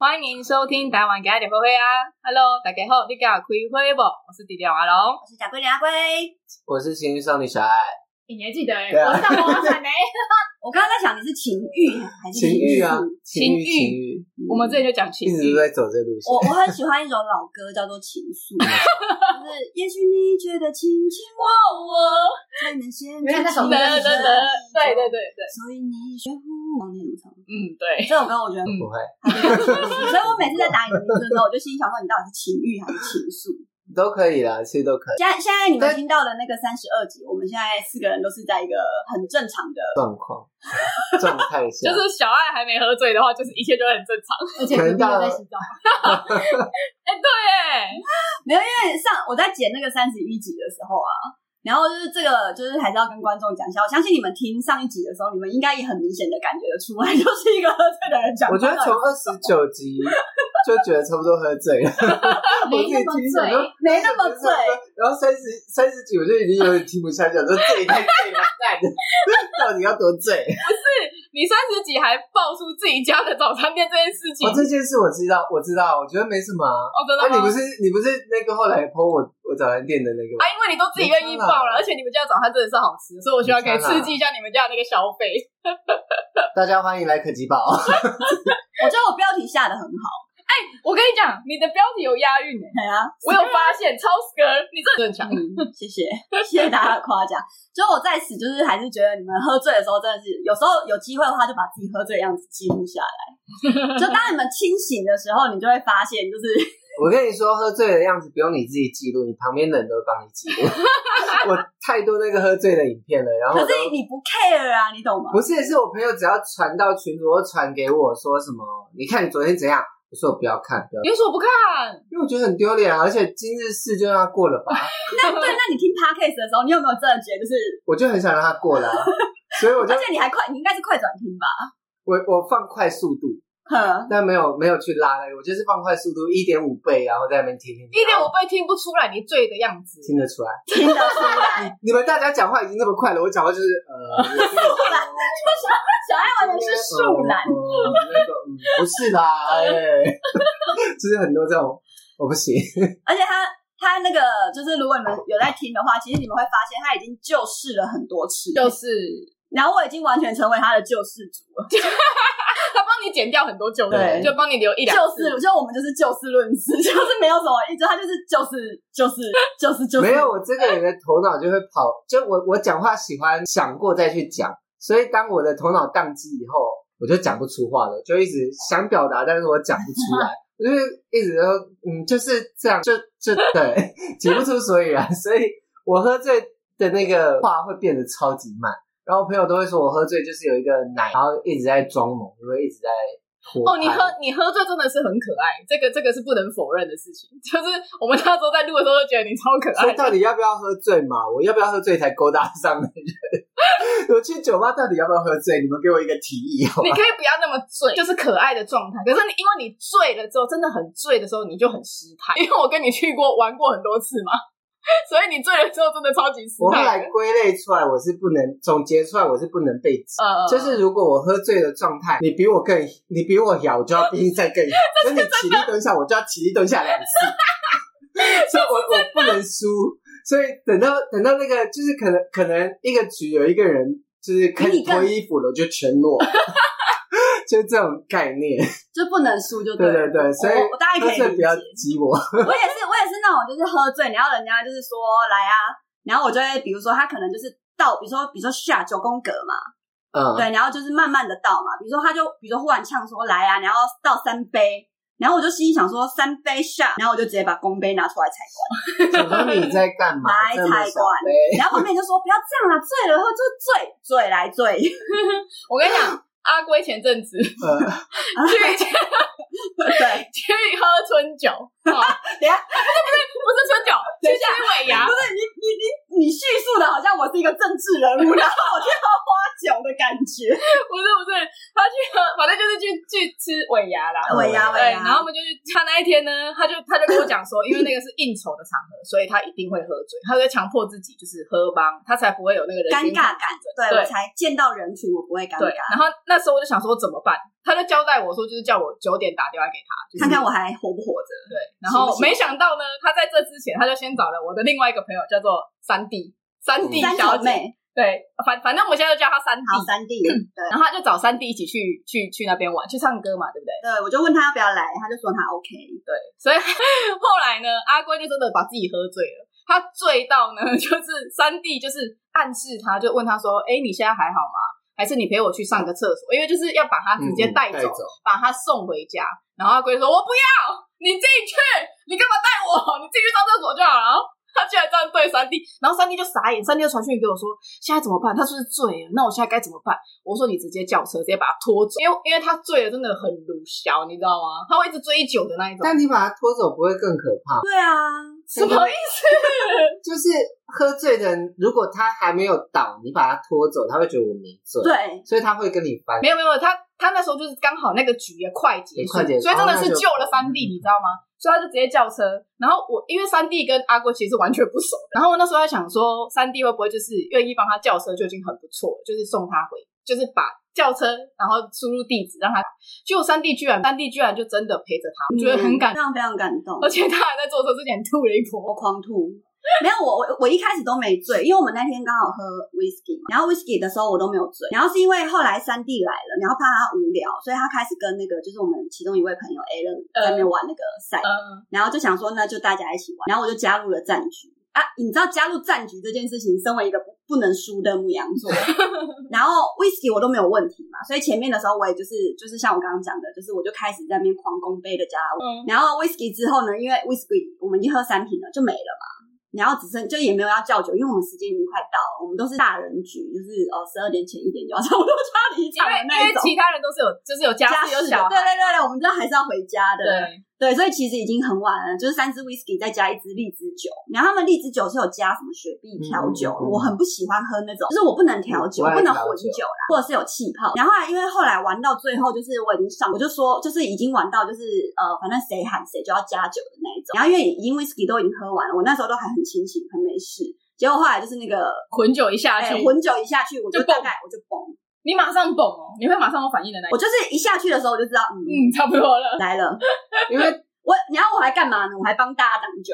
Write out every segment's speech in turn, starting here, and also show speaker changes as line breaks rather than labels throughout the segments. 欢迎收听台湾家的灰灰啊！Hello，大家好，你跟我开会不？我是迪迪阿龙。
我是贾桂林阿龟。
我是情绪少女小爱，
欸你还记得、欸？
对啊
我是大魔王闪雷。
我刚刚在想你是情欲还是
情欲啊，嗯
情
情
欲
欲情欲，
我们这里就讲情
一直
绪
都，
哦
在走这路
我
线。
我很喜欢一首老歌，叫做《情愫》， 就是也许你觉得亲亲我我才能显出
原来那首
情
歌
对对
的
是
对对
深意，
这样
对对对，
哦
所以你学不忘那种唱。
嗯对，
这首歌我觉得，
嗯
不会，
所以我每次在打你的名字的时候，我就心里想说，你到底是情欲还是情愫？
都可以啦，其实都可以。
现在现在你们听到的那个三十二集，我们现在四个人都是在一个很正常的，
状况状态 下，
就是小爱还没喝醉的话，就是一切就会很正常。
而且隔壁又在洗澡，
哎，对耶，
因为上我在剪那个三十一集的时候啊，然后就是这个，就是还是要跟观众讲一下。我相信你们听上一集的时候，你们应该也很明显的感觉得出来，就是一个喝醉的人讲话。
我觉得从二十九集就觉得差不多喝醉了，
没那么醉，
没那么醉，
然后三十三十集我就已经有点听不下去了，说这也太醉了，干的，到底要多醉？
你三十几还爆出自己家的早餐店这件事情，
哦，这件事我知道，我知道，我觉得没什么啊。
哦，真
啊，
的
你
吗
不？是你不是那个后来 po 我我早餐店的那个
啊
吗？，
因为你都自己愿意爆
啊
了，而且你们家的早餐真的是好吃，所以我希望可以刺激一下你们家的那个消费。
大家欢迎来可吉宝，
我觉得我标题下的很好，
我跟你讲，你的标题有押韵诶，
对啊，
我有发现，超哥，你真的很强。
嗯，谢谢，谢谢大家的夸奖。所以我在此就是还是觉得你们喝醉的时候，真的是有时候有机会的话，就把自己喝醉的样子记录下来。就当你们清醒的时候，你就会发现，就是
我跟你说，喝醉的样子不用你自己记录，你旁边的人都会帮你记录。 我太多那个喝醉的影片了，然后
可
我都
是你不 care 啊，你懂吗？
不是，是我朋友只要传到群组或传给我说什么，你看你昨天怎样？我说我不要看，不要看，
你为什么不看？
因为我觉得很丢脸啊，而且今日事就让它过 了吧，
那对，那你听 podcast 的时候，你有没有真的觉得就是？
我就很想让它过了啊、所以我就
而且你还快，你应该是快转听吧？
我我放快速度，
哼，
但没有没有去拉那个，我就是放快速度一点五倍，然后在那边听听
一点我
然后
被听不出来你醉的样子。
听得出来。
听得出 来。
你们大家讲话已经那么快了，我讲话就是 呃，我听得出来
小爱完全是树懒，
哦哦那个嗯不是啦，哎、就是很多这种，我不行，
而且他他那个就是，如果你们有在听的话，其实你们会发现他已经救世了很多次，
就是
然后我已经完全成为他的救世主了。
他帮你减掉很多旧人，
对
就帮你留一两
就
次
是，就我们就是就事论事，就是没有什么一直，他就是就是就是就是就是
没有我这个人的头脑就会跑，就我我讲话喜欢想过再去讲，所以当我的头脑宕机以后，我就讲不出话了，就一直想表达，但是我讲不 出来。我就是一直都嗯，就是这样，就就对， 讲不出所以然，所以我喝醉的那个话会变得超级慢。然后我朋友都会说我喝醉就是有一个奶，然后一直在装萌，因为一直在拖
哦，你
拍
喝你喝醉真的是很可爱，这个这个是不能否认的事情。 就是我们那时候在录的时候就觉得你超可
所
爱
以，到底要不要喝醉嘛？我要不要喝醉才勾搭上的 人？我去酒吧到底要不要喝醉？你们给我一个提议哦好
你
吗？
可以不要那么醉，就是可爱的状态。可是你因为你醉了之后，真的很醉的时候，你就很失态。 因为我跟你去过玩过很多次嘛， 所以你醉了之后真的超级失
我后
态
来
的。
归类出来，我是不能总结出来，我是不能被指。
呃，
就是如果我喝醉的状态，你比我更，你比我摇，我就要比你 再更摇。所以你起立蹲下，我就要起立蹲下两次。 所以我我不能输。所以等到等到那个，就是可能可能一个局有一个人就是开始脱衣服了，我就全 裸，就这种概念。
就不能输就
对
了。
对对，所以
我我大概可以
就是
理
不要
解。
激我。
我也是，我也是那种就是喝醉，然后人家就是说来啊，然后我就会比如说他可能就是倒，比如说比如说下九宫格嘛，
嗯，
对，然后就是慢慢的倒嘛，比如说他就比如说忽然呛说来啊，然后倒三杯。然后我就心里想说三杯下，然后我就直接把公杯拿出来才关，
想说你在干嘛？
来
这么
才
小
管
杯
然后旁边人就说不要这样啦，醉了喝就醉，醉来醉。
我跟你讲，阿龟前阵子去
呃，
对，
去喝春酒，哦
等一下
不是不是春酒，去吃尾牙
不。是你你你你叙述的好像我是一个政治人物，然后我就要花酒的感觉。
不是不是，他去喝，反正就是去去吃尾牙啦。来。
尾牙
对啊
尾，牙，
然后我们就去，他那一天呢，他就他就跟我讲 说，因为那个是应酬的场合，所以他一定会喝醉，他会强迫自己就是喝帮，他才不会有那个人
尴
群
尬
恐惧
感，
症
对
对
我才见到人群我不会尴
对，
尬，
然后那时候我就想说怎么办，他就交代我说，就是叫我九点打电话给他，就是、
看看我还活不活着。
对。然后
行不行
没想到呢，他在这之前，他就先找了我的另外一个朋友，叫做三弟，三弟
三
小姐，嗯
姐妹，
对，反反正我们现在就叫他三弟。
好，三弟，对
然后他就找三弟一起去去去那边玩，去唱歌嘛，对不对？
对，我就问他要不要来，他就说他 OK，
对，所以 后来呢，阿龟就真的把自己喝醉了。他醉到呢， 就是三弟就是暗示他，就问他说：“哎、你现在还好吗？还是你陪我去上个厕所？”因为就是要把他直接嗯带走，
嗯带走，
把他送回家。然后阿龟说：“我不要，你自己去，你干嘛带我？ 你自己去上厕所就好了。” 然后他居然这样对三弟，然后三弟就傻眼，三弟就传讯给我说：“现在怎么办？他是不是醉了？那我现在该怎么办？”我说：“你直接叫车，直接把他拖走，因为因为他醉了，真的很鲁小，你知道吗？他会一直追酒的那一种。”
但你把他拖走不会更可怕？
对啊，
什么意思？
就是喝醉的人，如果他还没有倒，你把他拖走，他会觉得我没醉，，
对，
所以他会跟你翻。
没有没有，他他那时候就是刚好那个局也快结
也
束，
快结束
所以真的是
哦那就
救了三弟，你知道吗？所以他就直接叫车，然后我因为三弟跟阿郭其实完全不熟的，然后我那时候在想说，三弟会不会就是愿意帮他叫车就已经很不错了，就是送他回，就是把叫车然后输入地址让他，结果三弟居然三弟居然就真的陪着他，我觉得很感
嗯非常非常感动，
而且他还在坐车之前吐了一泼，
我狂吐。没有，我我我一开始都没醉，因为我们那天刚好喝 whisky 嘛，然后 whisky 的时候我都没有醉，然后是因为后来三弟来了，然后怕他无聊，所以他开始跟那个就是我们其中一位朋友 Alan 在那边玩那个赛，
嗯，
然后就想说那就大家一起玩，然后我就加入了战局啊，你知道加入战局这件事情，身为一个不不能输的牧羊 座，然后 whisky 我都没有问题嘛，所以前面的时候我也就是就是像我刚刚讲的，就是我就开始在那边狂攻杯的加入，
嗯
然后 whisky 之后呢，因为 whisky 我们已经喝三瓶了，就没了嘛。然后只剩就也没有要叫酒，因为我们时间已经快到了，我们都是大人局，就是哦十二点前一点就要 差不多就要离
因为
场的
因
那
为
一种。
其他人都是有就是有家室有
事的
小
对
孩，
对对对，我们就还是要回家的。
对，
对，所以其实已经很晚了，就是三支 whisky 再加一支荔枝酒，然后他们荔枝酒是有加什么雪碧调酒，
嗯嗯嗯
我很不喜欢喝那种，就是我不能调酒，
我
不
也
能
调
混
酒
酒啦，或者是有气泡。然后啊后来因为后来玩到最后，就是我已经上，我就说就是已经玩到就是呃，反正谁喊谁就要加酒的那一种。然后因为已经 whisky 都已经喝完了，我那时候都还很清醒，很没事。结果后来就是那个
混酒一下
哎
去，
混酒一下去，我就
就
大
蹦
概我就崩，
你马上懂哦，你会马上有反应的那一种
我就是一下去的时候我就知道，嗯，
嗯，差不多了。
来了。
因为
我，然后我还干嘛呢？我还帮大家挡酒，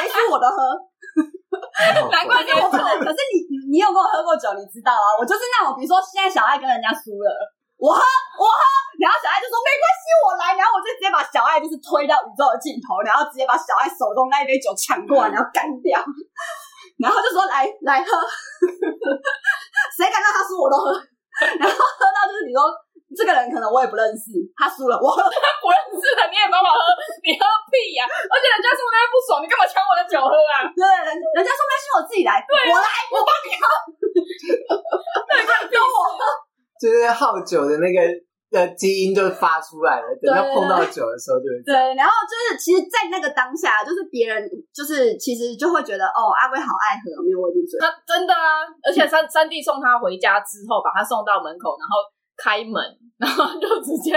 谁输我都喝。
难怪
可是我可能，可是你你你有跟我喝过酒，你知道啊。我就是那种，比如说现在小爱跟人家输了，我喝我喝，然后小爱就说没关系，我来，然后我就直接把小爱就是推到宇宙的尽头，然后直接把小爱手中那一杯酒抢过来，然后干掉，然后就说来来喝， 谁敢让他输我都喝，然后喝到就是你说。这个人可能我也不认识，他输了，我喝
不认识的你也帮我喝，你喝屁呀、而且人家说那边不爽，你干嘛抢我的酒喝啊？
对，人人家说没关系，我自己来，我来，我帮你喝，
就是好酒的那个呃基因就发出来了，等到
对
碰到酒的时候就会这
对
样。，
然后就是，其实，在那个当下，就是别人，就是其实就会觉得，哦，阿威好爱喝，没有我已经醉了。
他真的啊！而且三三弟送他回家之后，把他送到门口，然后开门，然后就直接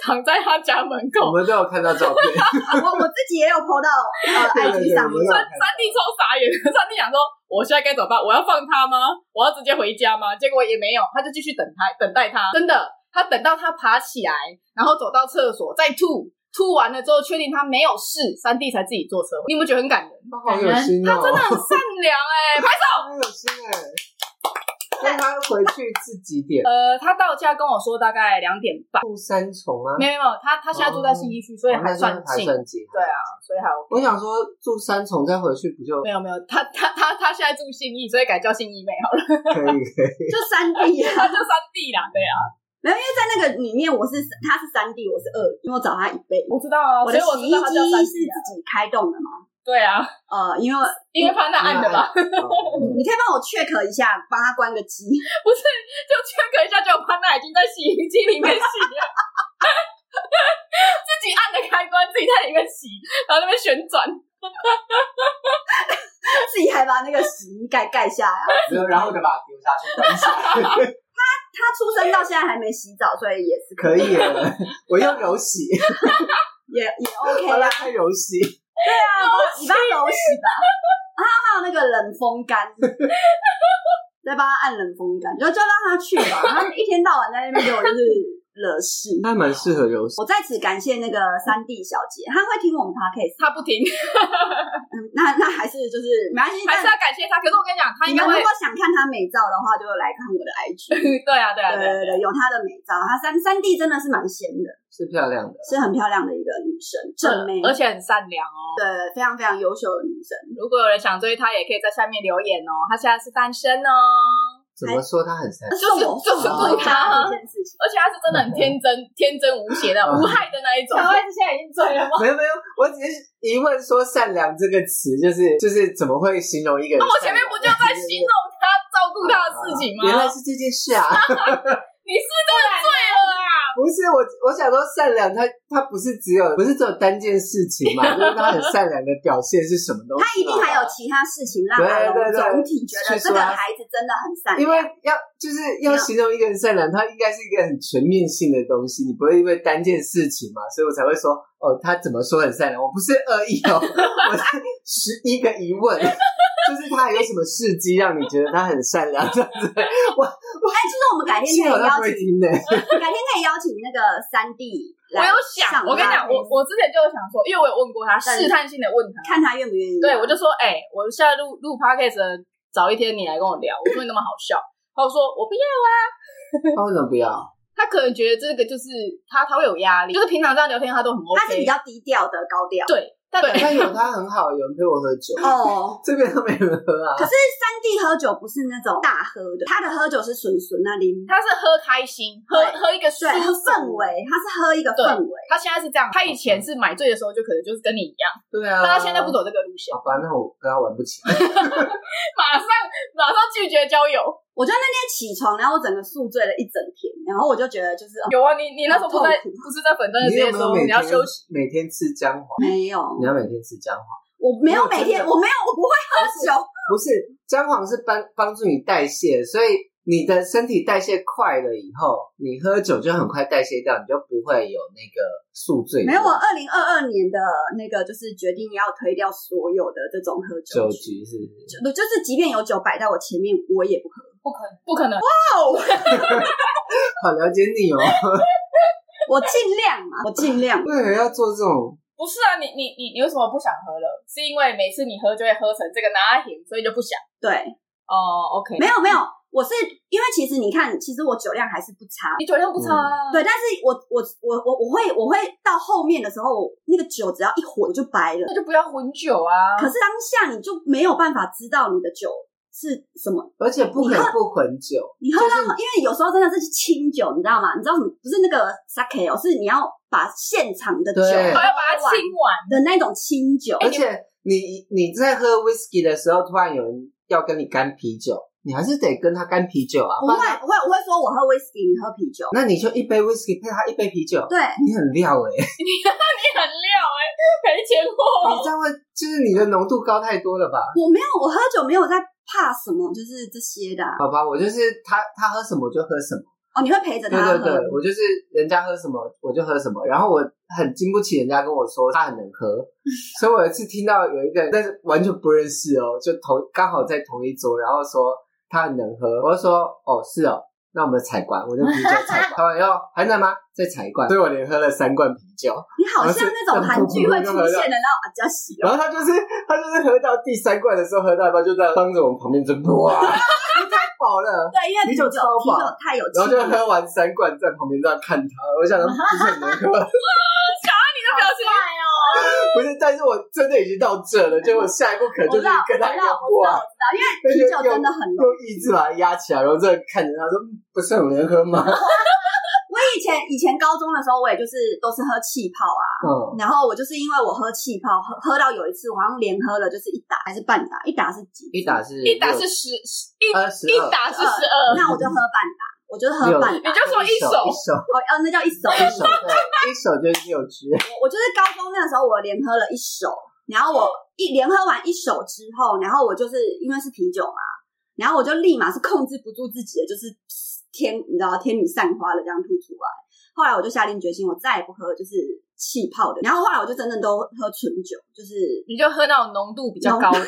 躺在他家门
我
口。
们都有看到照片，
啊我我自己也有 PO 到呃
对对
IG
对，我
上
们
面
都有，
三
看到。
三弟超傻眼，三弟想说：“我现在该怎么办？我要放他吗？我要直接回家吗？”结果也没有，他就继续等他，等待他。真的，他等到他爬起来，然后走到厕所再吐，吐完了之后确定他没有事，三弟才自己坐车回。你有没有觉得很感人？
他好有心哦，
他真的很善良哎、 拍手。
好有心哎。那他回去是几点？
呃，他到家跟我说大概两点半，
住三重啊吗？
没有没有，他他现在住在信义区，所以
哦那
还算
还
近，
算近。
对啊，所以还 OK。
我想说住三重再回去不就
没有没有，他他他他现在住信义，所以改叫信义妹好了，
可以？
就三 D 啊，
他就三弟啦，对啊，
没有，因为在那个里面，我是他是三 D，我是二 D，因为我找他一倍。
我知道啊，
我
所
的
以我知
洗衣
道他
机
叫三
是
弟啊，
自己开动的嘛，
对啊，
呃，因为
因为潘娜按的吧，
哦
你可以帮我 check 一下，帮他关个机。
不是就 check 一下，结果潘娜已经在洗衣机里面洗了。 自己按的开关，自己在里面洗，然后那边旋转，
自己还把那个洗衣盖盖下来啊。
没有然后就把它丢下去关起来。
他出生到现在还没洗澡，所以也是
可以耶，我用柔洗，
也也 OK 啊
我
啦
来。开柔洗，
你帮我洗 吧。啊，还有那个冷风干，再帮他按冷风干，就就让他去吧。他一天到晚在那边给我就是惹事。
那蛮适合柔洗。
我在此感谢那个三弟小姐，她会听我们 podcast，
他不停，
嗯，那那还是就是没关系。
还是要感谢他。可是我跟你讲，他应
你
该
们
会
如果，想看她美照的话，就来看我的 IG。
对啊，对啊，对
对
啊对啊。
对对，有她的美照，她三三弟真的是蛮仙的，
是漂亮的，
是很漂亮的一个女生，正妹，
嗯而且很善良哦。
对非常非常优秀的女生。
如果有人想追他，也可以在下面留言哦。他现在是单身哦，
怎么说她很善
就
良？
是
送我
就是
送我
对
啊
这件事情。
而且他是真的很天真、
嗯
天真无邪的、无害的那一种。
台湾现在已经醉了吗？
没有没有，我只是疑问说“善良”这个词，就是就是怎么会形容一个人
那
善良？
哦我前面不就在形容他照顾他的事情吗？
原来是这件事啊！
你是真的醉了啊！
不是我，我想说善良它，它不是只有不是只有单件事情嘛？就是他很善良的表现是什么东西嘛？
他一定还有其他事情让
对
阿龙
对对
总体觉得
去
这
说
个
他
孩子真的很 善良，
因为要就是要形容一个人善良，他应该是一个很全面性的东西，你不会因为单件事情嘛，所以我才会说哦，他怎么说很善良？我不是恶意 哦，我是十一个疑问，就是他有什么事迹让你觉得他很善 良？这样子，
哎，其实我们改天
幸
可
好
以邀
他不会
请，
听呢。
改天可以邀请那个三弟
我
来
有
上
想，我跟你讲，我我之前就有想说，因为我有问过他，试探性的问他，
看他愿不愿意。啊
对我就说，哎、我现在录录 podcast，了找一天你来跟我聊，我说你那么好笑，他就说我不要啊，
他为什么不要？
他可能觉得这个就是他他会有压力，就是平常这样聊天他都很 OK，
他是比较低调的高调
对，但
对，但有他很好，有人陪我喝 酒，
哦。
这边都没人喝啊
可。是三弟喝酒不是那种大喝的，他的喝酒是纯纯啊那里
他是喝开心，喝
对
喝一个舒
对喝
服
氛。围，他是喝一个氛围。
他现在是这样，他以
嗯
前是买醉的时候就可能就是跟你一样，
对啊，
但他现在不。走呃这个路线
好，吧，那我跟他玩 不起来。
马上马上拒绝交友。
我觉得那天起床，然后我整个宿醉了一整天，然后我就觉得就是哦
有啊，你你那时候不在
好痛
不是在粉专的直
你
接
有没有
说
每
你要
天
休息，
每天吃姜黄？
没有，
你要每天吃姜黄。
我没有每天，
没有真
我
的
没有，我不会喝酒，
不是姜黄是帮帮助你代谢，所以你的身体代谢快了以后，你喝酒就很快代谢掉，你就不会有那个宿醉
没有，我二零二二年的那个就是决定要推掉所有的这种喝酒
酒
局，
局是不是？
就就是即便有酒摆在我前面，我也不喝。
不可能，不可能。
哦
好了解你哦，
我尽量嘛，我尽量。
为何要做这种？
不是啊，你你你你为什么不想喝了？是因为每次你喝就会喝成这个拿铁，所以就不想。
对，
哦，OK，
没有没有，我是因为其实你看，其实我酒量还是不差。
你酒量不差啊。
嗯对，但是我我我我我会我会到后面的时候，我那个酒只要一混就白了
那。就不要混酒啊。
可是当下你就没有办法知道你的酒是什么，
而且不可以不混酒，
你喝到很，因为有时候真的是清酒，你知道吗？你知道什么？不是那个 sake 哦，是你要把现场的酒
对
我要把它
喝
清
完
完。
的那种清酒，
而且哎你你在喝 whisky 的时候，突然有人要跟你干啤酒，你还是得跟他干啤酒啊。
不会
不然
不会，我会说我喝 whisky，你喝啤酒。
那你就一杯 whisky 配他一杯啤酒，
对，
你很料哎、
你很料哎、赔钱
哦
货。
你这样会就是你的浓度高太多了吧？
我没有，我喝酒没有在怕什么，就是这些的啊、
好吧，我就是他他喝什么我就喝什么。
哦，你会陪着
对
他喝，
对对，我就是人家喝什么我就喝什么，然后我很经不起人家跟我说他很能 喝，所以我有一次听到有一个人，但是完全不认识哦，就同刚好在同一桌，然后说他很能喝，我就说哦是哦，那我们采罐，我就啤酒采 罐，他说哟还能吗？再采一罐，所以我连喝了三罐啤酒，
你好像那种韩剧会出现的那种啊，加喜
然后他就是他就是喝到第三罐的时候，喝到一半就在当着我们旁边就哇， 你太饱了。
对，因为啤酒
啤酒超
啤酒
饱
太有
然后
气
就
了。
喝完三罐，在旁边这样看他，我想说不是很能喝，
你的表情
哦，
不是，但是我真的已经到这了， 结果下一步可能
我
就
知
是
道，我
跟
知道，
他
我
一
知道，
样
我
哇，
知道，因为啤酒真的很浓。
用意志把他压起来，然后这看着他说嗯不是很能喝吗？
我以前以前高中的时候，我也就是都是喝气泡啊，
嗯，
然后我就是因为我喝气泡，喝喝到有一次我好像连喝了就是一打还是半打，一打是几？
一打是
一打是十，一
呃
二十
一打是十二，
那我就喝半打，我就喝半
你
打，
就说
一
手，
一手
哦，呃，那叫一手
一 手对，一手就是六支，
我就是高中那时候，我连喝了一手，然后我一连喝完一手之后，然后我就是因为是啤酒嘛，然后我就立马是控制不住自己的，就是天，你知道天女散花的这样吐出来。后来我就下定决心，我再也不喝就是 气泡的。然后后来我就真正都喝纯酒，就是
你就喝那种浓度比较高的，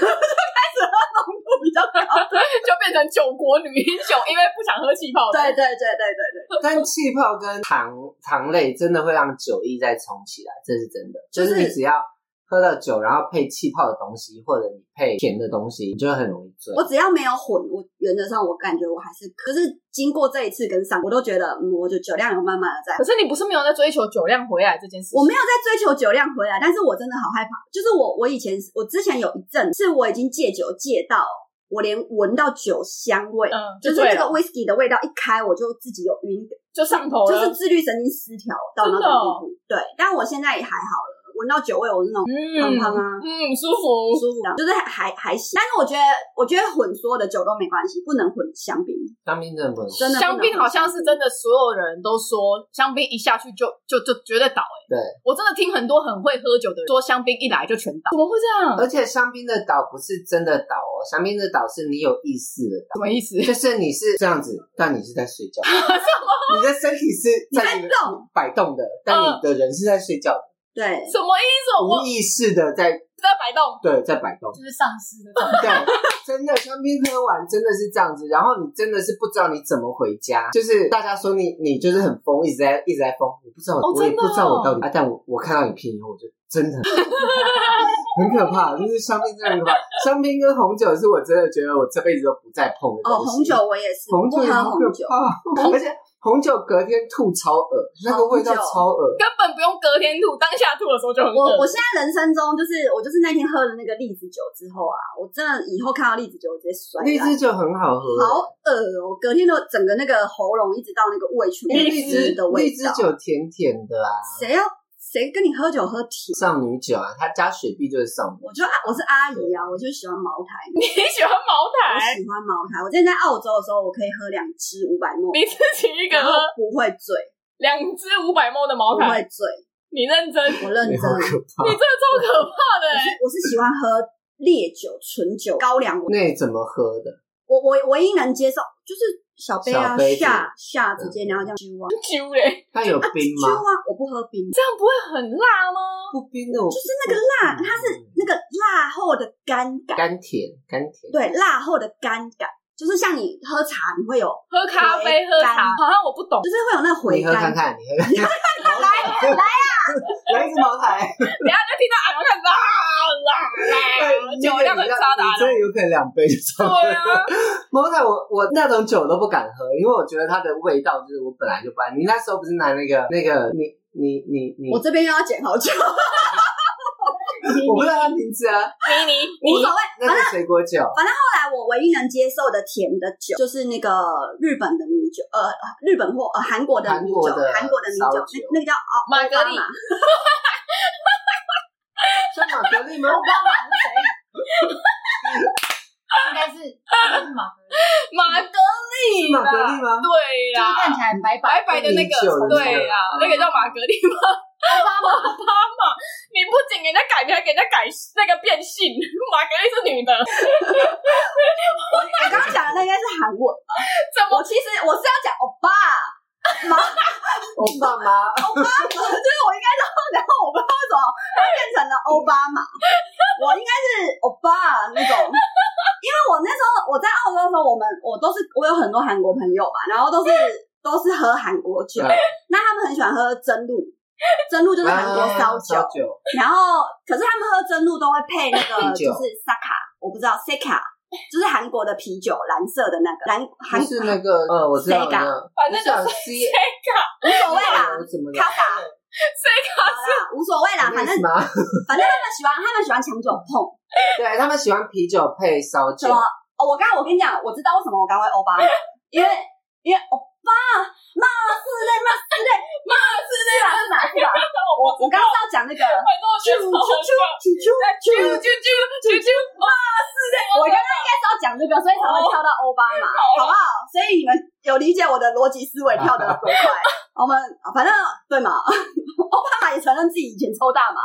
比较高。
就变成酒国女英雄，因为不想喝气泡的。
对对对对对对，
但气泡跟糖糖类真的会让酒意再重起来，这是真的。就是你
就是
只要喝了酒，然后配气泡的东西，或者你配甜的东西，你就会很容易醉。
我只要没有混，我原则上我感觉我还是可是经过这一次跟上，我都觉得嗯，我就酒量有慢慢的在
可是你不是没有在追求酒量回来这件事情？
我没有在追求酒量回来，但是我真的好害怕。就是我，我以前我之前有一阵是我已经戒酒戒到我连闻到酒香味，
嗯，
就是
对
这
了，
个 whisky 的味道一开，我就自己有晕，
就上头
就
了，
是自律神经失调到那种地
哦
步。对，但我现在也还好了，闻到酒味我是那种
嗯
胖胖啊
嗯，舒服。
舒服的，就是还还行。但是我觉得，我觉得混所有的酒都没关系，不能混香槟。
香槟真的不能喝，
真的不能
香槟好像是真的，所有人都说香槟一下去就就就绝对倒、欸。
对，
我真的听很多很会喝酒的人说，香槟一来就全倒，怎么会这样？
而且香槟的倒不是真的倒哦，香槟的倒是你有意识的
什
倒，
么意思？
就是你是这样子，但你是在睡觉，你的身体是在
你在动
摆动的，但你的人是在睡觉的，
对，
什么意思？嗯我
无意识的在
在摆动，
对在摆 动。
就是丧尸的状态。
对，真的香槟喝完真的是这样子，然后你真的是不知道你怎么回家，就是大家说你你就是很疯，一直在一直在疯，我不知道、
哦
我也
真的
不
哦
知道我到底，啊、但我我看到影片以后，我就真的很可怕，就是香槟真的很可怕，香槟跟红酒是我真的觉得我这辈子都不再碰的
哦，
东西
红酒我也是，
红酒
我不
也
喝
好
红
可
酒。
怕，而且红酒隔天吐超恶，那个味道超恶，
根本不用隔天吐，当下吐的时候就很
我
饿
我现在人生中就是我就是那天喝了那个栗子酒之后啊，我真的以后看到栗子酒我直接摔
荔
烂，
枝酒很好喝，
好恶哦、隔天都整个那个喉咙一直到那个胃去，
因为
栗
荔枝
子的味
荔枝
道。
酒甜甜的啊，
谁要谁跟你喝酒喝甜？
少女酒啊，它加雪碧就是少女酒。
我就啊我是阿姨啊，我就喜欢茅台，
你喜欢茅
我
台，
喜欢茅台。我之前在澳洲的时候，我可以喝两支五百沫，
你自己一个
然
喝
后不会醉，
两支五百沫的茅
不
台，
会醉，
你认真，
我认
你
真。
好
我
可怕！
这超可怕的、
是
欸。
我是喜欢喝烈酒、纯酒、高粱，我
那你怎么喝的？
我我唯一能接受就是小杯啊
小，杯子
下下直接然后这样揪啊，
酒嘞，
它有
啊
冰
揪
吗？
啊，我不喝冰，
这样欸不会很辣吗？
不冰的，我
就是那个辣，它是
嗯
那个辣后的干感，
甘甜，甘甜。
对，辣后的干感，就是像你喝茶你会有，
喝咖啡、喝茶，好像我不懂，
就是会有那回
你喝
甘
看
感，
看，你 喝看看。来来呀， 来一支茅台。
等一下就听到阿龙在啦
哎
啦啦，
对
酒量很差的
你
阿
真
龙。
的有可能两杯就差 不多。
对啊，
茅台我我那种酒都不敢喝，因为我觉得它的味道就是我本来就不爱。你那时候不是拿那个那个你你你你，
我这边又要剪好久，
我不知道它名字啊，
迷你
无所谓。
那个水 果酒。
后来我唯一能接受的甜的酒，就是那个日本的米酒，呃，日本或呃韩国的米酒，
韩国的
韩国的米酒
烧酒，
那那个叫哦，
玛格丽
奥巴马
像玛格丽吗？
我不知道马是谁，应该是应该是马哥，就是
玛格丽啦，
是玛格丽吗
对啊啦，
看起来白
白
白
白的那
米酒
个，
的那个
对啦，那个叫玛格丽吗？
奥巴马，
妈妈，你不仅给人家改名，还给人家改那个变性，玛格丽是女的，
我我刚刚讲的那应该是韩文吧？
怎么
我其实我是要讲欧巴，妈，
欧巴吗？
哦就是我应该然后然后我不知道为什么它变成了欧巴马，我应该是欧巴那种。因为我那时候我在澳洲的时候，我们我都是我有很多韩国朋友嘛，然后都是
嗯
都是喝韩国酒，
啊
那他们很喜欢喝真露，真露就是韩国烧酒，
烧酒。
然后可是他们喝真露都会配那个
啤
就
酒
是 saka，我不知道 saka 就是韩国的啤酒，蓝色的那个蓝韩
不是那个呃，我知道
谁
了，
反正就是
我想 C 啊
无所谓啦，
怎么
卡卡
了？
好啦，无所谓啦，反正
什么？
反正他们喜欢他们喜欢抢酒碰。
对他们喜欢啤酒配烧
什
酒
么，？哦，我刚刚我跟你讲，我知道为什么我刚刚会欧巴，因为因为欧巴骂是嘞骂是嘞骂是嘞是吧是吧是吧？啊我我刚刚是要讲那个
反正我觉得好好笑。
啾啾
哎啾啾啾啾啾，妈是的，
我刚刚应该是要讲这个，所以才会跳到欧巴嘛，好不好？所以你们有理解我的逻辑思维跳得很快。 我们啊反正对嘛，欧巴马也承认自己以前抽大麻，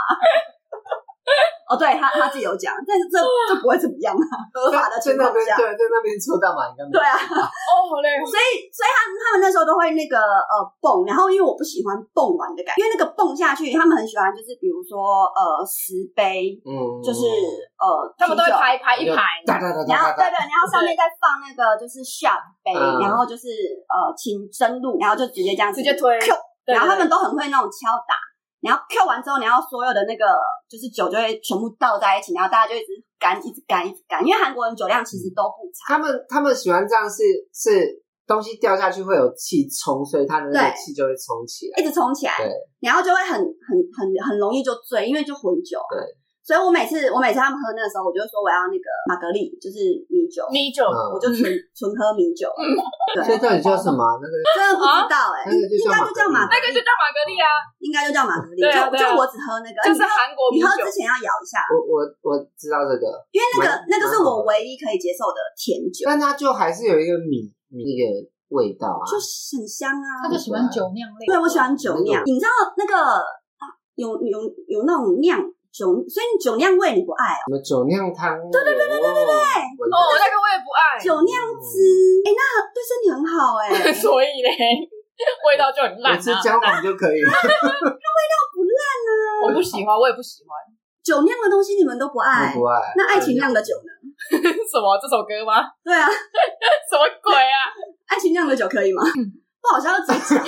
哦，对他他自己有讲，但是这这不会怎么样啊，合法的
在
情
那
况
边
下，
对，在那边抽大麻应该没
对啊，
有。
哦，好累哦。
所以所以他他们那时候都会那个呃蹦，然后因为我不喜欢蹦完的感觉，因为那个蹦下去，他们很喜欢就是比如说呃石碑，
嗯，
就是呃
哦他们都会
啤酒
排排一排，
哒哒哒
然后对
哒哒哒，
对，然后上面再放那个就是 shot 杯，
嗯
然后就是呃请深入，然后就直接这样
直
子
接推
Q，
对
然后他们
对
都很会那种敲打，然后 Q 完之后，然后所有的那个就是酒就会全部倒在一起，然后大家就一直干，一直干，一直干，因为韩国人酒量其实都不差，
他们他们喜欢这样是是东西掉下去会有气冲，所以它的那个
对
气就会冲起来。
一直冲起来
对，
然后就会很很很很容易就醉，因为就混酒啊。
对，
所以我每次我每次他们喝那个时候，我就会说我要那个玛格丽，就是米酒，
米嗯酒
嗯
我就 纯纯喝米酒。对，
所以
真
到底叫什么啊？那个
的不知道哎、
啊那个就
应该就叫玛
玛
格
格
那个就叫玛格丽啊，
应该就叫玛格丽，
对啊对啊
就就我只喝那个，
就是
你喝
韩国米
你喝
酒
之。前要摇一下，
我我我知道这个，
因为那个那
蛮
个是
蛮
我
好的
唯一可以接受的甜酒，
但它就还是有一个米米那个味道啊。
就是很香啊。
他就喜欢酒酿类。
对，我喜欢酒酿。你知道那个啊有有有那种酿酒，所以你酒酿味你不爱哦。
什么酒酿汤？对对对对对对对
哦，那个我也不爱。
酒酿汁，哎、那对身体很好哎、
所以嘞，味道就很烂
我
啊。
吃姜黄就可以了。
我不喜欢，我也不喜欢。
酒酿的东西你们都不 爱，
不爱，
那爱情酿的酒呢？
什么？这首歌吗？
对啊，
什么鬼 啊？
爱情酿的酒可以吗？ 不好笑，直接讲。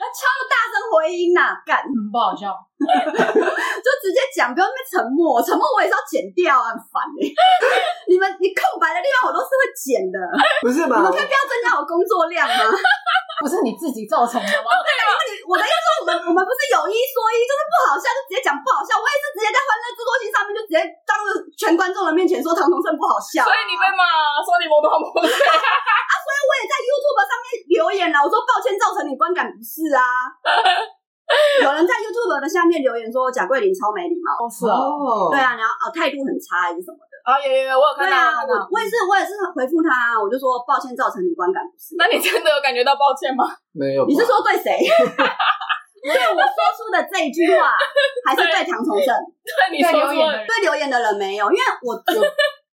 那超大声回音呐、干
嗯，不好笑。
就直接讲，不要那么沉默，沉默我也是要剪掉啊，很烦哎、 你们你空白的地方我都是会剪的，你
不是吧？
们可以不要增加我工作量啊吗？
不是你自己造成的吗？
我的意思，我们我们不是有一说一，就是不好笑就直接讲不好笑。我也是直接在欢乐制作性上面就直接当着全观众的面前说唐崇盛不好笑、
所以你被骂，啊说你魔头 魔腿。
我也在 YouTube 上面留言了，我说抱歉造成你观感不 适啊。有人在 YouTube 的下面留言说贾桂林超没礼貌，
哦，是。
哦，
对，啊，然后哦态度很差还是什么的，
啊，有有有，我有
对
看到，我有
啊，
看
我
到。
我也是我也是回复他，啊我就说抱歉造成你观感不适。
那你真的有感觉到抱歉吗？
没有吧。
你是说对谁？对我说出的这一句话，还是对唐崇盛？
对你
对
说
留言
说
的，人，
对留言的人没有，因为我我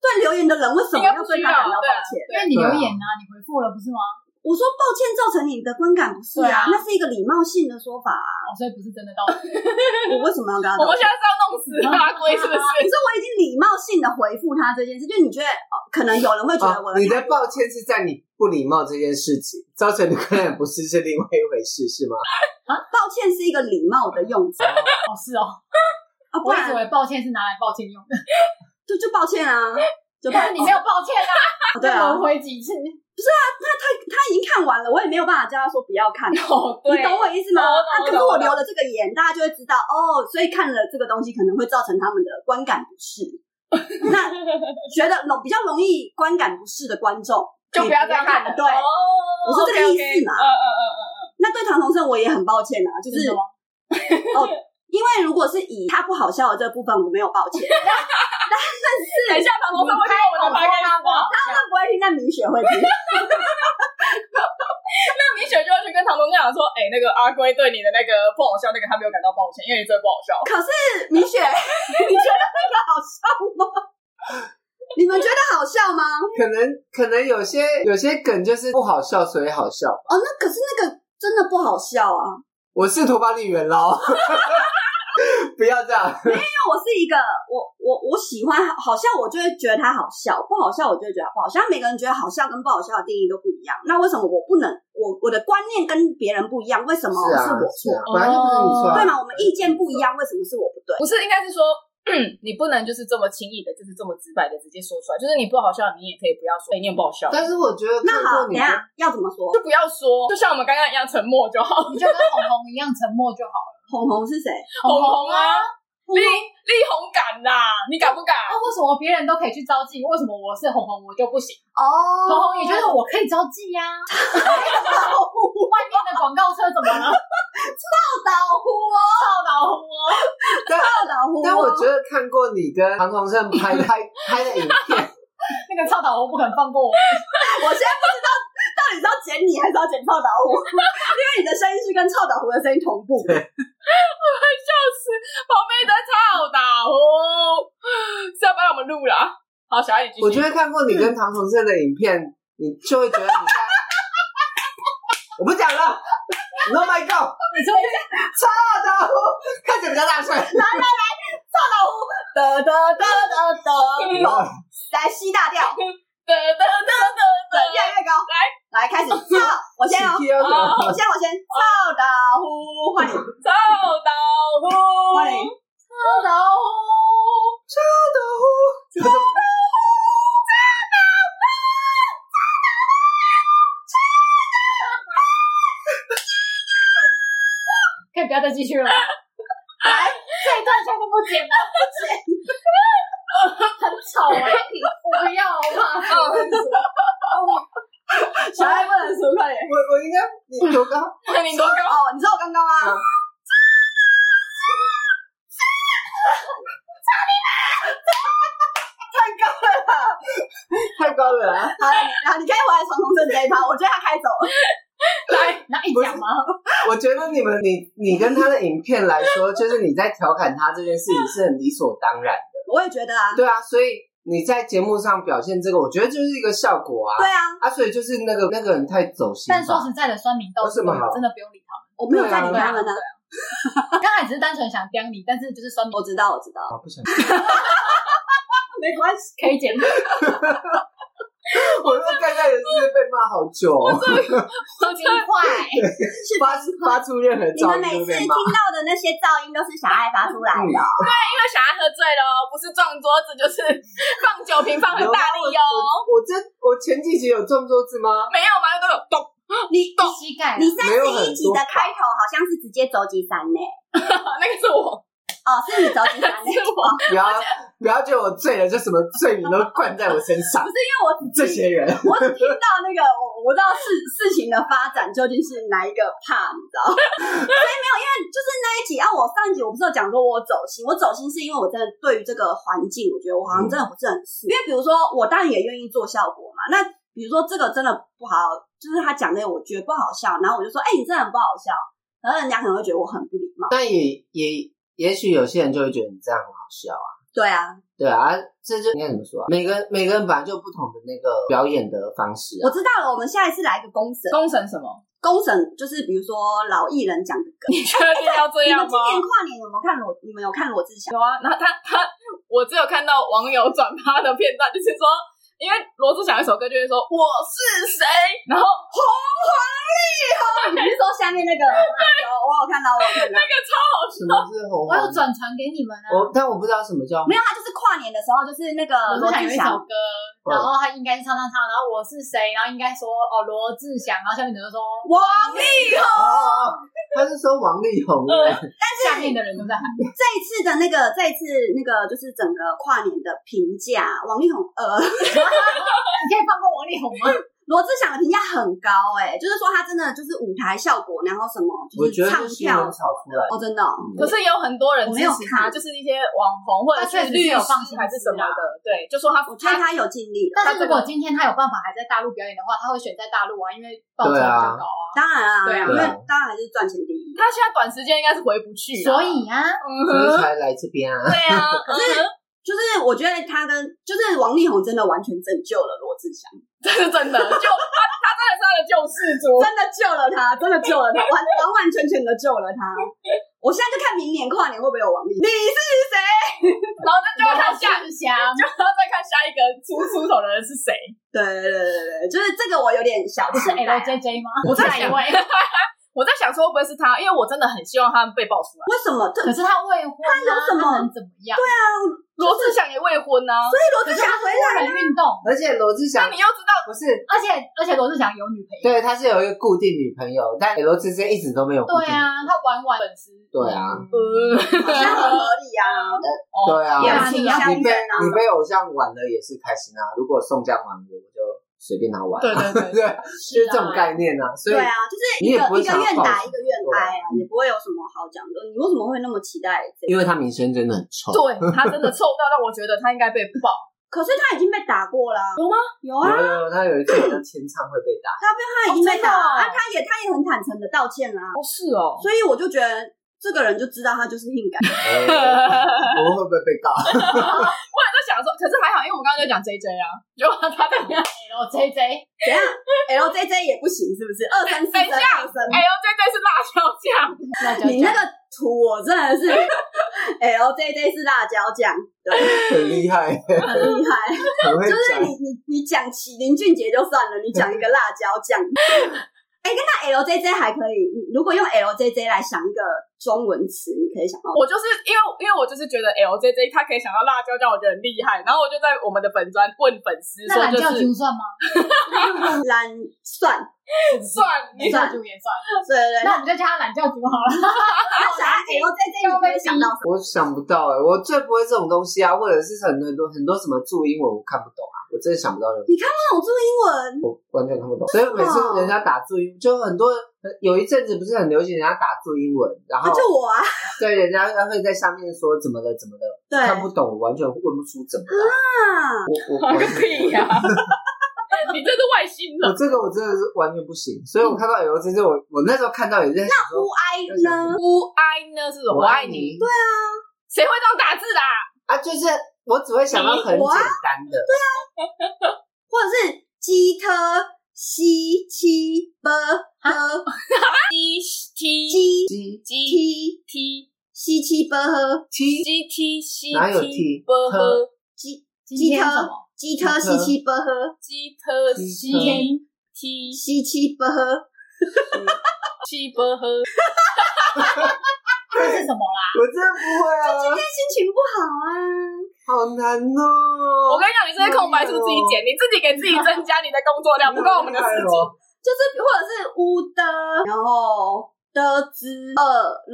对留言的人为什么要对他感到抱歉？
因为你留言啊，你回复了不是吗？
我说抱歉造成你的观感不适
对
啊，
啊
那是一个礼貌性的说法啊，
哦，所以不是真的道歉。
我为什么要跟他
我
道
们
歉？
现在是要弄死阿 龟
啊
是不是？
可是我已经礼貌性的回复他这件事，就你觉得、哦、可能有人会觉得我
哦，你的抱歉是在你不礼貌这件事情造成你感染不适是另外一回事，是吗？
抱歉是一个礼貌的用词
哦，是哦，
啊，不
我一
然
直以为抱歉是拿来抱歉用的。
就就抱歉啊，就抱
但是
歉。
你没有抱歉啊，
哦对啊，
轮回几次？
他已经看完了，我也没有办法叫他说不要看。
哦，
你懂我意思吗？
我懂
啊
我
可
懂
是
我
我
懂
留了这个言，大家就会知道哦，所以看了这个东西可能会造成他们的观感不 适。那觉得容比较容易观感不适的观众，
就
你
不要再看
看
了。
对，
哦
我是这个
OK，OK，
意思嘛
嗯嗯嗯嗯嗯，
那对唐崇盛我也很抱歉啊，就是
真的吗
哦，因为如果是以他不好笑的这部分，我没有抱歉， 他
等一下，唐同学会听我们的拍
拍
干
他
吗？
不好笑。
不会听，但米雪会听。
那米雪就要去跟唐同学讲说，哎，那个阿龟对你的那个不好笑，那个他没有感到抱歉，因为你真的不好笑。
可是米雪， 你觉得那个好笑吗？ 你们觉得好笑吗？
可能可能有些有些梗就是不好笑，所以好笑吧。
哦，那可是那个真的不好笑啊。
我试图把你圆捞， 不要这样。
哦我是一个，我我我喜欢好笑，我就会觉得它好笑；不好笑，我就会觉得它不好笑。每个人觉得好笑跟不好笑的定义都不一样。那为什么我不能？我我的观念跟别人不一样，为什么
是啊，
我
是
错？
啊，本来就不是你错
哦
啊，
对吗？我们意见不一样，为什么是我不对？
不是，应该是说。你不能就是这么轻易的，就是这么直白的直接说出来。就是你不好笑，你也可以不要说，哎、你也不好笑，
但是我觉得
那好，
透过
等一
你的
下要怎么说？
就不要说，就像我们刚刚一样沉默就好。
你就跟红红一样沉默就好了。
红红是谁？
红红啊，
红
力力宏敢啦，你敢不敢？
那啊为什么别人都可以去招妓，为什么我是红红我就不行？
哦，
红红也就是 我可以招妓呀、外面的广告车怎么了？
老虎哦，
报道红哦，
老虎哦。
但我觉得看过你跟唐崇盛 拍拍拍的影片，
那个臭导红不肯放过我。
我现在不知道到底是要剪你还是 要剪臭老虎，因为你的声音是跟臭老虎的声音同步。
对
笑死！哦继续
我觉得看过你跟唐崇盛的影片，你就会觉得你在。 我不讲了，No my God，
你说
操的，看起来比较大声。
哎得得得得得，
嗯
来西大调，
得得得得
对，越来越高，来来开始，操，我先哦，
哦
我先我先，操打呼，换你，
臭豆腐，
换你，
豆腐，可以不要再继续了吗。
来，
这一段全部不剪吧，很丑哎、我不要，我怕死。
小爱不能输，快点。
我我应该你多高？
你多高？
哦，你知道我刚刚吗？
太高了啊！
好，然后你可以回来传统正这一趴，我觉得他开走了。
来，那一讲吗？
我觉得你们你你跟他的影片来说，就是你在调侃他这件事情是很理所当然的。
我也觉得啊，
对啊，所以你在节目上表现这个，我觉得就是一个效果啊
对。啊，
啊，所以就是那个那个人太走心吧。
但说实在的，酸民豆
有什么好
真的不用理
我没有在理
他
他
们。
们呢
对。啊，刚才只是单纯想刁你，但是就是酸民
我知道，我知道，
啊，不想，
没关系。
可以剪。
我说刚刚也是被骂好久、哦，
说明快，
是
发发出任何
你们
噪
每
音
次
都
听
被骂。
到的那些噪音都是小爱发出来
嗯
的哦。
因为小孩喝醉了哦，不是撞桌子，就是放酒瓶放很大力哦。
我这我前几集有撞桌子吗？
没有吗？都有咚，
你
懂
膝 盖啊
你三
没有
十
很
一集
多
的开头好像是直接走几三呢？
那个是 我，
哦，是你走几三呢？哦
是我，
不要不要觉得我醉了，就什么罪名都灌在我身上
不。是因为我
这些人，
我只听到那个，我我不知道事事情的发展究竟是哪一个怕，你 知道？所以没有，因为就是那一集啊，我上一集我不是有讲说我走心，我走心是因为我真的对于这个环境，我觉得我好像真的不是很
嗯
适，因为比如说我当然也愿意做效果嘛，那比如说这个真的不好，就是他讲的我觉得不好笑，然后我就说，哎、你真的很不好笑，然后人家可能会觉得我很不礼貌。
嗯
但也 也也许有些人就会觉得你这样很好笑啊。
对啊，
对啊，这就应该怎么说啊？每个人每个人本来就有不同的那个表演的方式
我
啊。
知道了，我们下一次来一个公审，
工程什么？
公审就是比如说老艺人讲的歌。
你确定要 这
你
样
们今
吗？
年跨年有没有看罗？你们有看罗志祥？
有啊，然后他他，我只有看到网友转发的片段，就是说，因为罗志祥有一首歌就会说我是谁，然后
你是说下面那个？有，我有看到，我有看到。
那个超好笑，
什么是红
我有
黄？
转传给你们啊。
我但我不知道什么叫
没有，他就是跨年的时候，就是那个罗
罗志祥有
志
一首
祥，
歌，
嗯
然后他应该是唱唱唱，然后我是谁，然后应该说哦罗志祥，然后下面的人就说
王力宏。
哦，他是说王力宏欸的，
下面的人 都在喊，
这一次的那个，这一次那个就是整个跨年的评价，王力宏呃，
你可以放过王力宏吗？
罗志祥的评价很高哎、就是说他真的就是舞台效果，然后什么
我
就
觉
是
得
唱
是嗯新闻
跳
炒出来的。
哦，真的哦、
可是也有很多人
我
支
没有
持他，
看
就是一些网红或者
他确
是
实
律
是有
师
放心
还是什么
思啊
的，对，就说他
我看他有尽力了。
但是如果今天他有办法还在大陆表演的话，他会选在大陆啊，因为报酬
对
比
啊
较高啊。
当然啊，
对啊
因为当然还是赚钱第一。
他现在短时间应该是回不去啊，
所以啊，
所
嗯哼，
以才来这边啊。
对啊，可是
就是我觉得他跟就是王力宏真的完全拯救了罗志祥。
这是真的，就他他真的是他的救世主，
真的救了他，真的救了他，完完完全全的救了他。我现在就看明年跨年会不会有王力。你是谁？
然后就要看下，
志祥，
就要再看下一个出出手的人是谁。
对对对对对，就是这个我有点小
是哎
期待。
LJJ 吗？
我在
下一
想
位，
我在想说会不会是他，因为我真的很希望他们被爆出来。
为什么？对，
可是他未婚啊，
有什么
他能怎么样？对啊，
罗志祥也未婚呢、啊，
罗志祥回来，
他人运动，
而且罗志
那
祥
你又知道，
不是，
而且而且罗志祥有女朋友。
对，他是有一个固定女朋友，但罗志祥一直都没有固
对
定。
啊，他玩玩粉丝。
嗯对啊
嗯，
呃，
好像很合理啊。
哦，
对啊，
也
啊
是一样
你被
的啊。
你被偶像玩了也是开心啊。如果宋江玩我，我就随便他玩。
对对 对，
对，就是这种概念啊。所以
对啊，就是一
你也
个
不
一个
会想要
愿
报
打一
仇
个愿挨啊，也不会有什么好讲的。你为什么会那么期待这个？
因为他名声真的很臭。
对他真的臭到让我觉得他应该被爆。
可是他已经被打过啦，
有吗？
有啊，
有有有，他有一次好像签唱会被打，
他已经被打了
哦真的哦
啊，他也他也很坦诚的道歉啦，
哦，是哦。
所以我就觉得这个人就知道他就是性感。
哎我们会不会被 告？
我还在想讲说，可是还好，因为我们刚刚在讲 J J 啊，就他在讲
L J J，
怎样？L J J 也不行，是不是？二三四
等一
三
下
二三，
哎呦 J J 是辣椒酱，
那就
你那个图我真的是哎 L J J 是辣椒酱，对，
很厉害，
很厉害。
很会
就是
讲
你。你你讲起林俊杰就算了，你讲一个辣椒酱，哎、那 L J J 还可以。你如果用 L J J 来想一个中文词，你可以想到
我就是因为因为我就是觉得 L J J 他可以想到辣椒酱，我觉得很厉害，然后我就在我们的粉专问粉丝
那
说，
懒
就
觉
是
猪算吗？
懒算，
算你
懒觉猪也算，
对对对，
那我们就叫他懒觉猪好了。
他想要 L J J 你可以想到什么？
我想不到哎、我最不会这种东西啊，或者是很很多很多什么注英文我看不懂啊，我真的想不到任何，
那种注英文，
我完全看不懂。所以每次人家打注英，就很多有一阵子不是很流行人家打注英文，然
啊、
后
就我啊，
对人家会在下面说怎么了怎么了，
对
看不懂，我完全问不出怎么了。
啊，
我我
个
我
屁呀、你这是外星
我
人，
这个我真的是完全不行，所以我看到 L C C，我我那时候看到也是在想
乌
说，
哀呢？
不爱呢是什么？我爱你，
对
谁会这种打字的、啊？
啊，就是我只会想到很简单的，
或者是鸡特西七波
啊
呵
T T
鸡
G
G
T
T
西七波呵
T
G T C
哪有
T
T？
b h
鸡
今
鸡
天
特
什么？
鸡特西七波呵
G T
鸡
C T
西七波呵，
C b h
这是什么啦？
我真的不会啊，
心情不好啊。
好难哦。
我跟你讲，你这些空白数自己减，你自己给自己增加你的工作量，不关我们的事情。
就是或者是乌的，然后的之二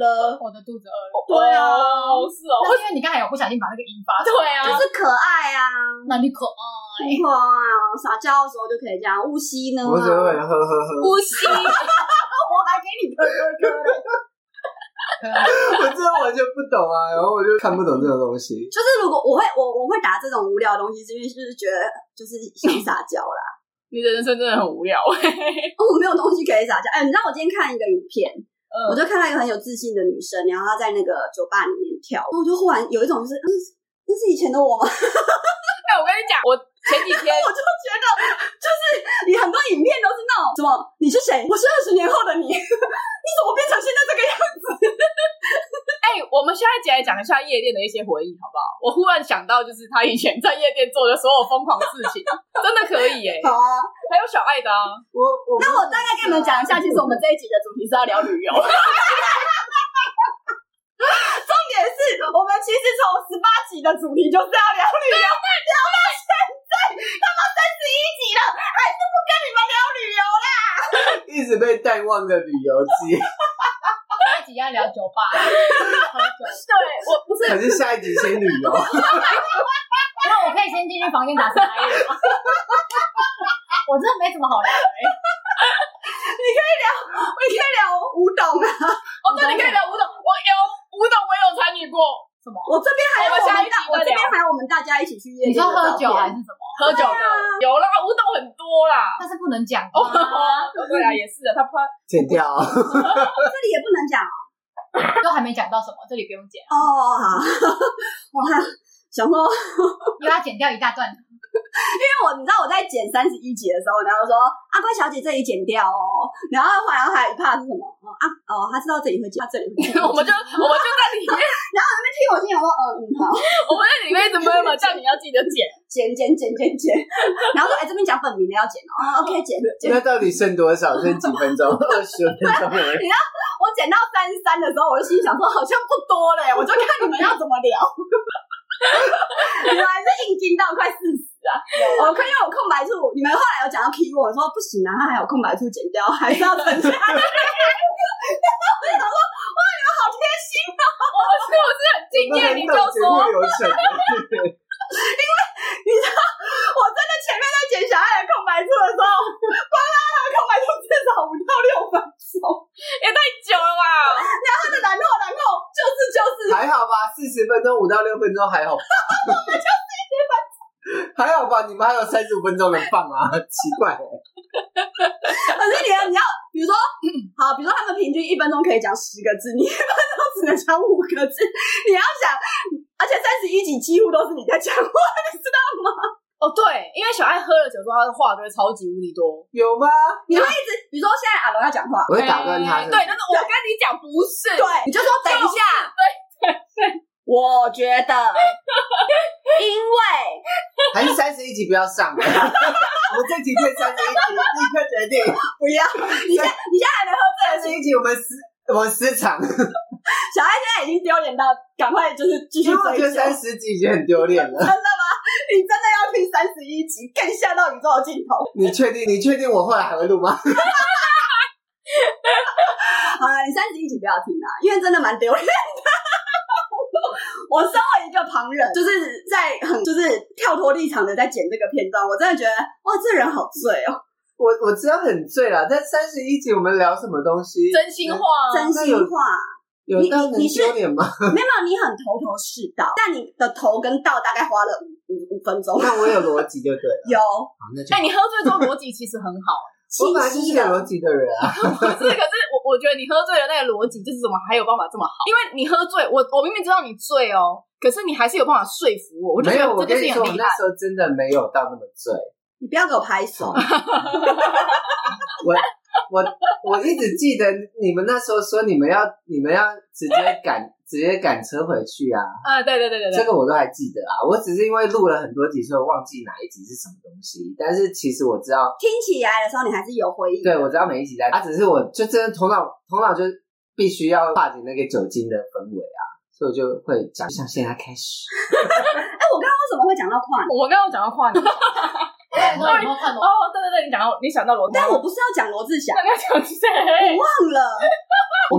了，
我的肚子饿了。
对啊
哦是哦，
那是因为你刚才有不小心把那个音发错，
对啊
就，是可爱啊，
那你可爱。
浮夸啊，撒娇的时候就可以这样。乌西呢？
我只会呵呵呵，
呼吸，
我还给你磕磕磕。
我真的完全不懂啊，然后我就看不懂这种东西。
就是如果我会我我会打这种无聊的东西，是因为就是觉得就是想撒娇啦。
你的人生真的很无聊。
哦，我没有东西可以撒娇。哎，你知道我今天看一个影片，我就看到一个很有自信的女生，然后她在那个酒吧里面跳舞，然后我就忽然有一种就是，嗯，这是以前的我吗？
哎，我跟你讲，我前几天
我就觉得，就是你很多影片都是那种什么，你是谁？我是二十年后的你， 你怎么变成现在这个样？
哎、我们现在起来讲一下夜店的一些回忆，好不好？我忽然想到，就是他以前在夜店做的所有疯狂事情，真的可以耶、
好啊，
还有小爱的啊，
我我
那我大概跟你们讲一下，其实我们这一集的主题是要聊旅游。重点是我们其实从十八集的主题就是要聊旅游，聊到现在他妈三十一集了，还是不跟你们聊旅游啦。
一直被淡忘的旅游 记，
下一集要聊酒吧，喝酒。
对我不是
还是下一集先旅游？
那我可以先进去房间打三打野吗？ 我真的没什么好聊的、欸，
我们可以聊舞蹈吗？
哦，对，你可以聊舞蹈，我有舞蹈，我有参与过
什么？
我这边还
我
有
们
我
下一
们
集
大，我
再
这
聊
边还有我们大家一起去夜
你
店的
说喝
照
酒
啊
还
片。
是什么？
喝酒的，啊有啦，舞蹈很多啦。
但是不能讲
哦，
啊，
对啊，也是的，他怕
剪掉，啊
这里也不能讲 啊
都还没讲到什么，这里不用剪，
哦，好， 我还想说，因
又要剪掉一大段。
为我你知道我在剪三十一集的时候，然后说阿乖小姐这里剪掉哦，然后后来还有一 part 是什么？哦啊哦，他知道这里会剪，他这里会 剪。
我们就我们就在里面，
听我听，我说嗯嗯好，
我们在里面一直闷嘛， 叫你要记得剪。
剪剪剪剪剪， 然后说哎这边讲本名的要剪哦啊，OK 剪剪。
那到底剩多少？剩几分钟？二十分钟而已。
我剪到三十三的时候，我就心想说好像不多嘞，我就看你们要怎么聊。 你们还是硬盯到快四十啊！我快因为我空白处，你们后来有讲到 key word，我说不行啊，他还有空白处剪掉，还是要存下来。 我就想说，哇，你们好贴心啊！
我们是不是很敬业？你就
节目
说
流程。
你知道，我真的前面在剪小爱的空白处的时候，光拉他的空白处至少五到六分钟，
也太久哎了吧？
他的然后然后就是就是
还好吧，四十分钟五到六分钟还好吧。 还好吧，你们还有三十五分钟能放啊， 奇怪、
可是你要你要，比如说，嗯好，比如说他们平均一分钟可以讲十个字，你一分钟只能讲五个字，你要想，而且三十一集几乎都是你在讲话，
哦，对，因为小爱喝了酒之后，他的话都会超级无敌多。
有吗？
你会一直，比如说现在阿龙要讲话，
我会打断他
哎
是不
对，
是。
但是我跟你讲，不是，
对，你就说等一下，我觉得，因为
还是三十一集不要上了。 我们这集变三十一集，立刻决定。
不要，你现在你现在还没喝醉，
三十一集我们私我们私藏，
小孩现在已经丢脸到，赶快就是继续
因为我
追
觉得
究。
三十集已经很丢脸了。
真的吗？你真的要听三十一集，更吓到宇宙的尽头。
你确定？你确定我后来还会录吗？
好了，你三十一集不要听啊，因为真的蛮丢脸的。 我身为一个旁人，就是在很就是跳脱立场的在剪这个片段，我真的觉得哇，这人好醉哦，
我我知道很醉了，但三十一集我们聊什么东西？
真心话啊，
真心话。
有
你
到
你
能
你是
丢脸吗？
没有，你很头头是道，但你的头跟道大概花了五五五分钟，
那我有逻辑就对了。
有
好，那就
但你喝醉之后逻辑其实很好，
我
清
本来就是
晰
有
的。
逻辑的人啊。
不是，可是我我觉得你喝醉的那个逻辑就是怎么还有办法这么好？因为你喝醉，我我明明知道你醉哦，可是你还是有办法说服我，我就
没
觉
有，
得
我
这件
跟
事情很厉
你说，我那
害。
时候真的没有到那么 醉。
你不要给我拍手，
我我我一直记得你们那时候说你们要你们要直接赶直接赶车回去啊，
啊，对对对对
这
对，
个我都还记得啊。我只是因为录了很多集，所以忘记哪一集是什么东西。但是其实我知道，
听起来的时候你还是有回忆的。
对我知道每一集在，啊，只是我就真的头脑头脑就必须要化解那个酒精的氛围啊，所以我就会讲，就像现在 开始。
哎，我刚刚为什么会讲到跨年？
我刚刚讲到 跨年，
很多人都 看
哦，对对对，你讲到你想到罗，
但我不是要讲罗志祥，
那你要讲谁？
忘了。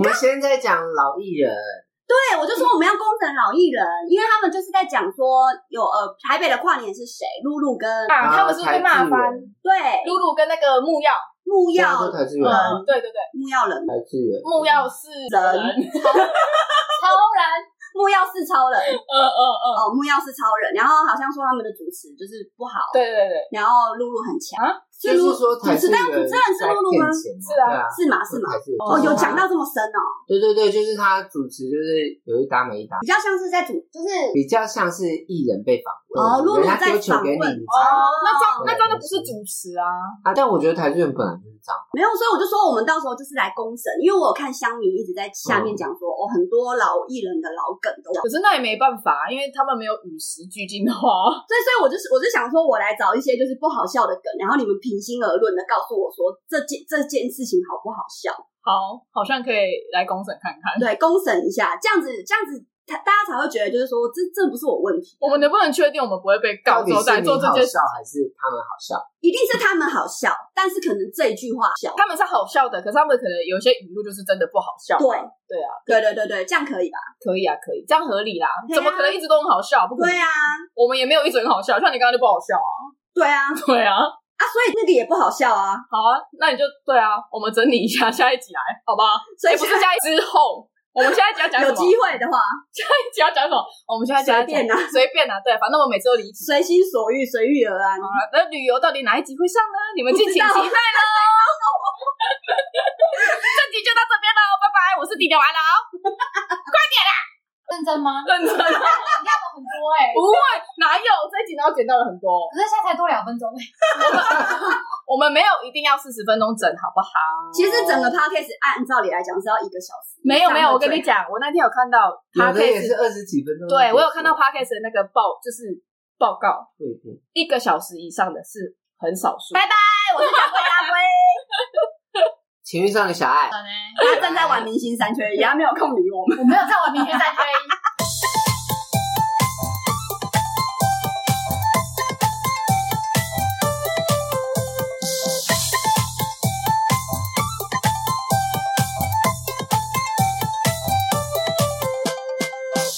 我们现在讲老艺人，
对，我就说我们要工整老艺人，因为他们就是在讲说有呃台北的跨年是谁，露露跟
然
啊，
后
他们是不是被骂翻
台？志
对
露露跟那个木曜，
木曜
远，这样啊说台志远，
嗯
嗯，对对对，
木曜人
台志远，
木曜是
人，
超然，
木曜是超人
嗯嗯嗯，
哦，木曜是超人，然后好像说他们的主持就是不好，
对对对对，
然后露露很强
啊，
就是
露
说
主
台
持
志
但主
远
持人是
在
露露吗
骗？钱
是啊
嘛对啊，
是吗？是吗？
台志远
哦
哦，
就是
有
他
讲到这么深哦，
对对对，就是他主持，就是有一搭没一搭，
比较像是在主，就是
比较像是艺人被访问。
哦露露
人家
在
丢球
访
给你，
问哦
你
哦
才、，
那这样
对
那这样就不是主持啊，
啊。但我觉得台剧人本来就是这样，
没有，所以我就说我们到时候就是来公审，因为我有看乡民一直在下
嗯
面讲说，哦，很多老艺人的老梗都
可是那也没办法，啊因为他们没有与时俱进的话，
所以，所以我就是我就想说，我来找一些就是不好笑的梗，然后你们平心而论的告诉我说这件这件事情好不好笑，
好，好像可以来公审看看。
对，公审一下，这样子这样子，他大家才会觉得就是说这这不是我问题，
我们能不能确定我们不会被告
到底
之后再
是
做
你
这
好
件事
笑？还是他们好笑？
一定是他们好笑，但是可能这一句话笑，
他们是好笑的，可是他们可能有些语录就是真的不好笑。
对
对啊，
对对对对，这样可以吧？
可以啊，可以，这样合理啦。
对啊
怎么可能一直都很好笑？不可能。
对啊，
我们也没有一直很好笑，像你刚刚就不好笑啊。
对啊，
对啊，
啊，所以那个也不好笑啊，
好啊，那你就对啊，我们整理一下下一集来，好吧？
所
哎
以
也不是下一集之后，我们下一集要讲什
有
么？
机会的话，
下一集要讲什么？我们下一集要
随
讲
便啊，
随便啊，对，反正我每次都离题。
随心所欲，随遇而安。
好了那旅游到底哪一集会上呢？你们敬请期待喽。
不知
这集就到这边喽，拜拜！我是迪迪完了哦，
认真吗？
认真啊。
你看了很多哎、
不会，哪有这一集然后剪到了很多。
可是现在才多两分钟哎、
我们没有一定要四十分钟整，好不好？
其实整个 podcast 按照理来讲是要一个小时，
没有没有，我跟 你，讲，我那天有看到
有的也是
podcast，
二十几分钟。
对我有看到 podcast 的那个报，就是报告，
不一定。
一个小时以上的是很少数。
拜哎，我是小龟阿龟。
情欲上的小爱，
欸，
啊他正在玩明星三缺一，他没有空理我们。
我没有在玩明天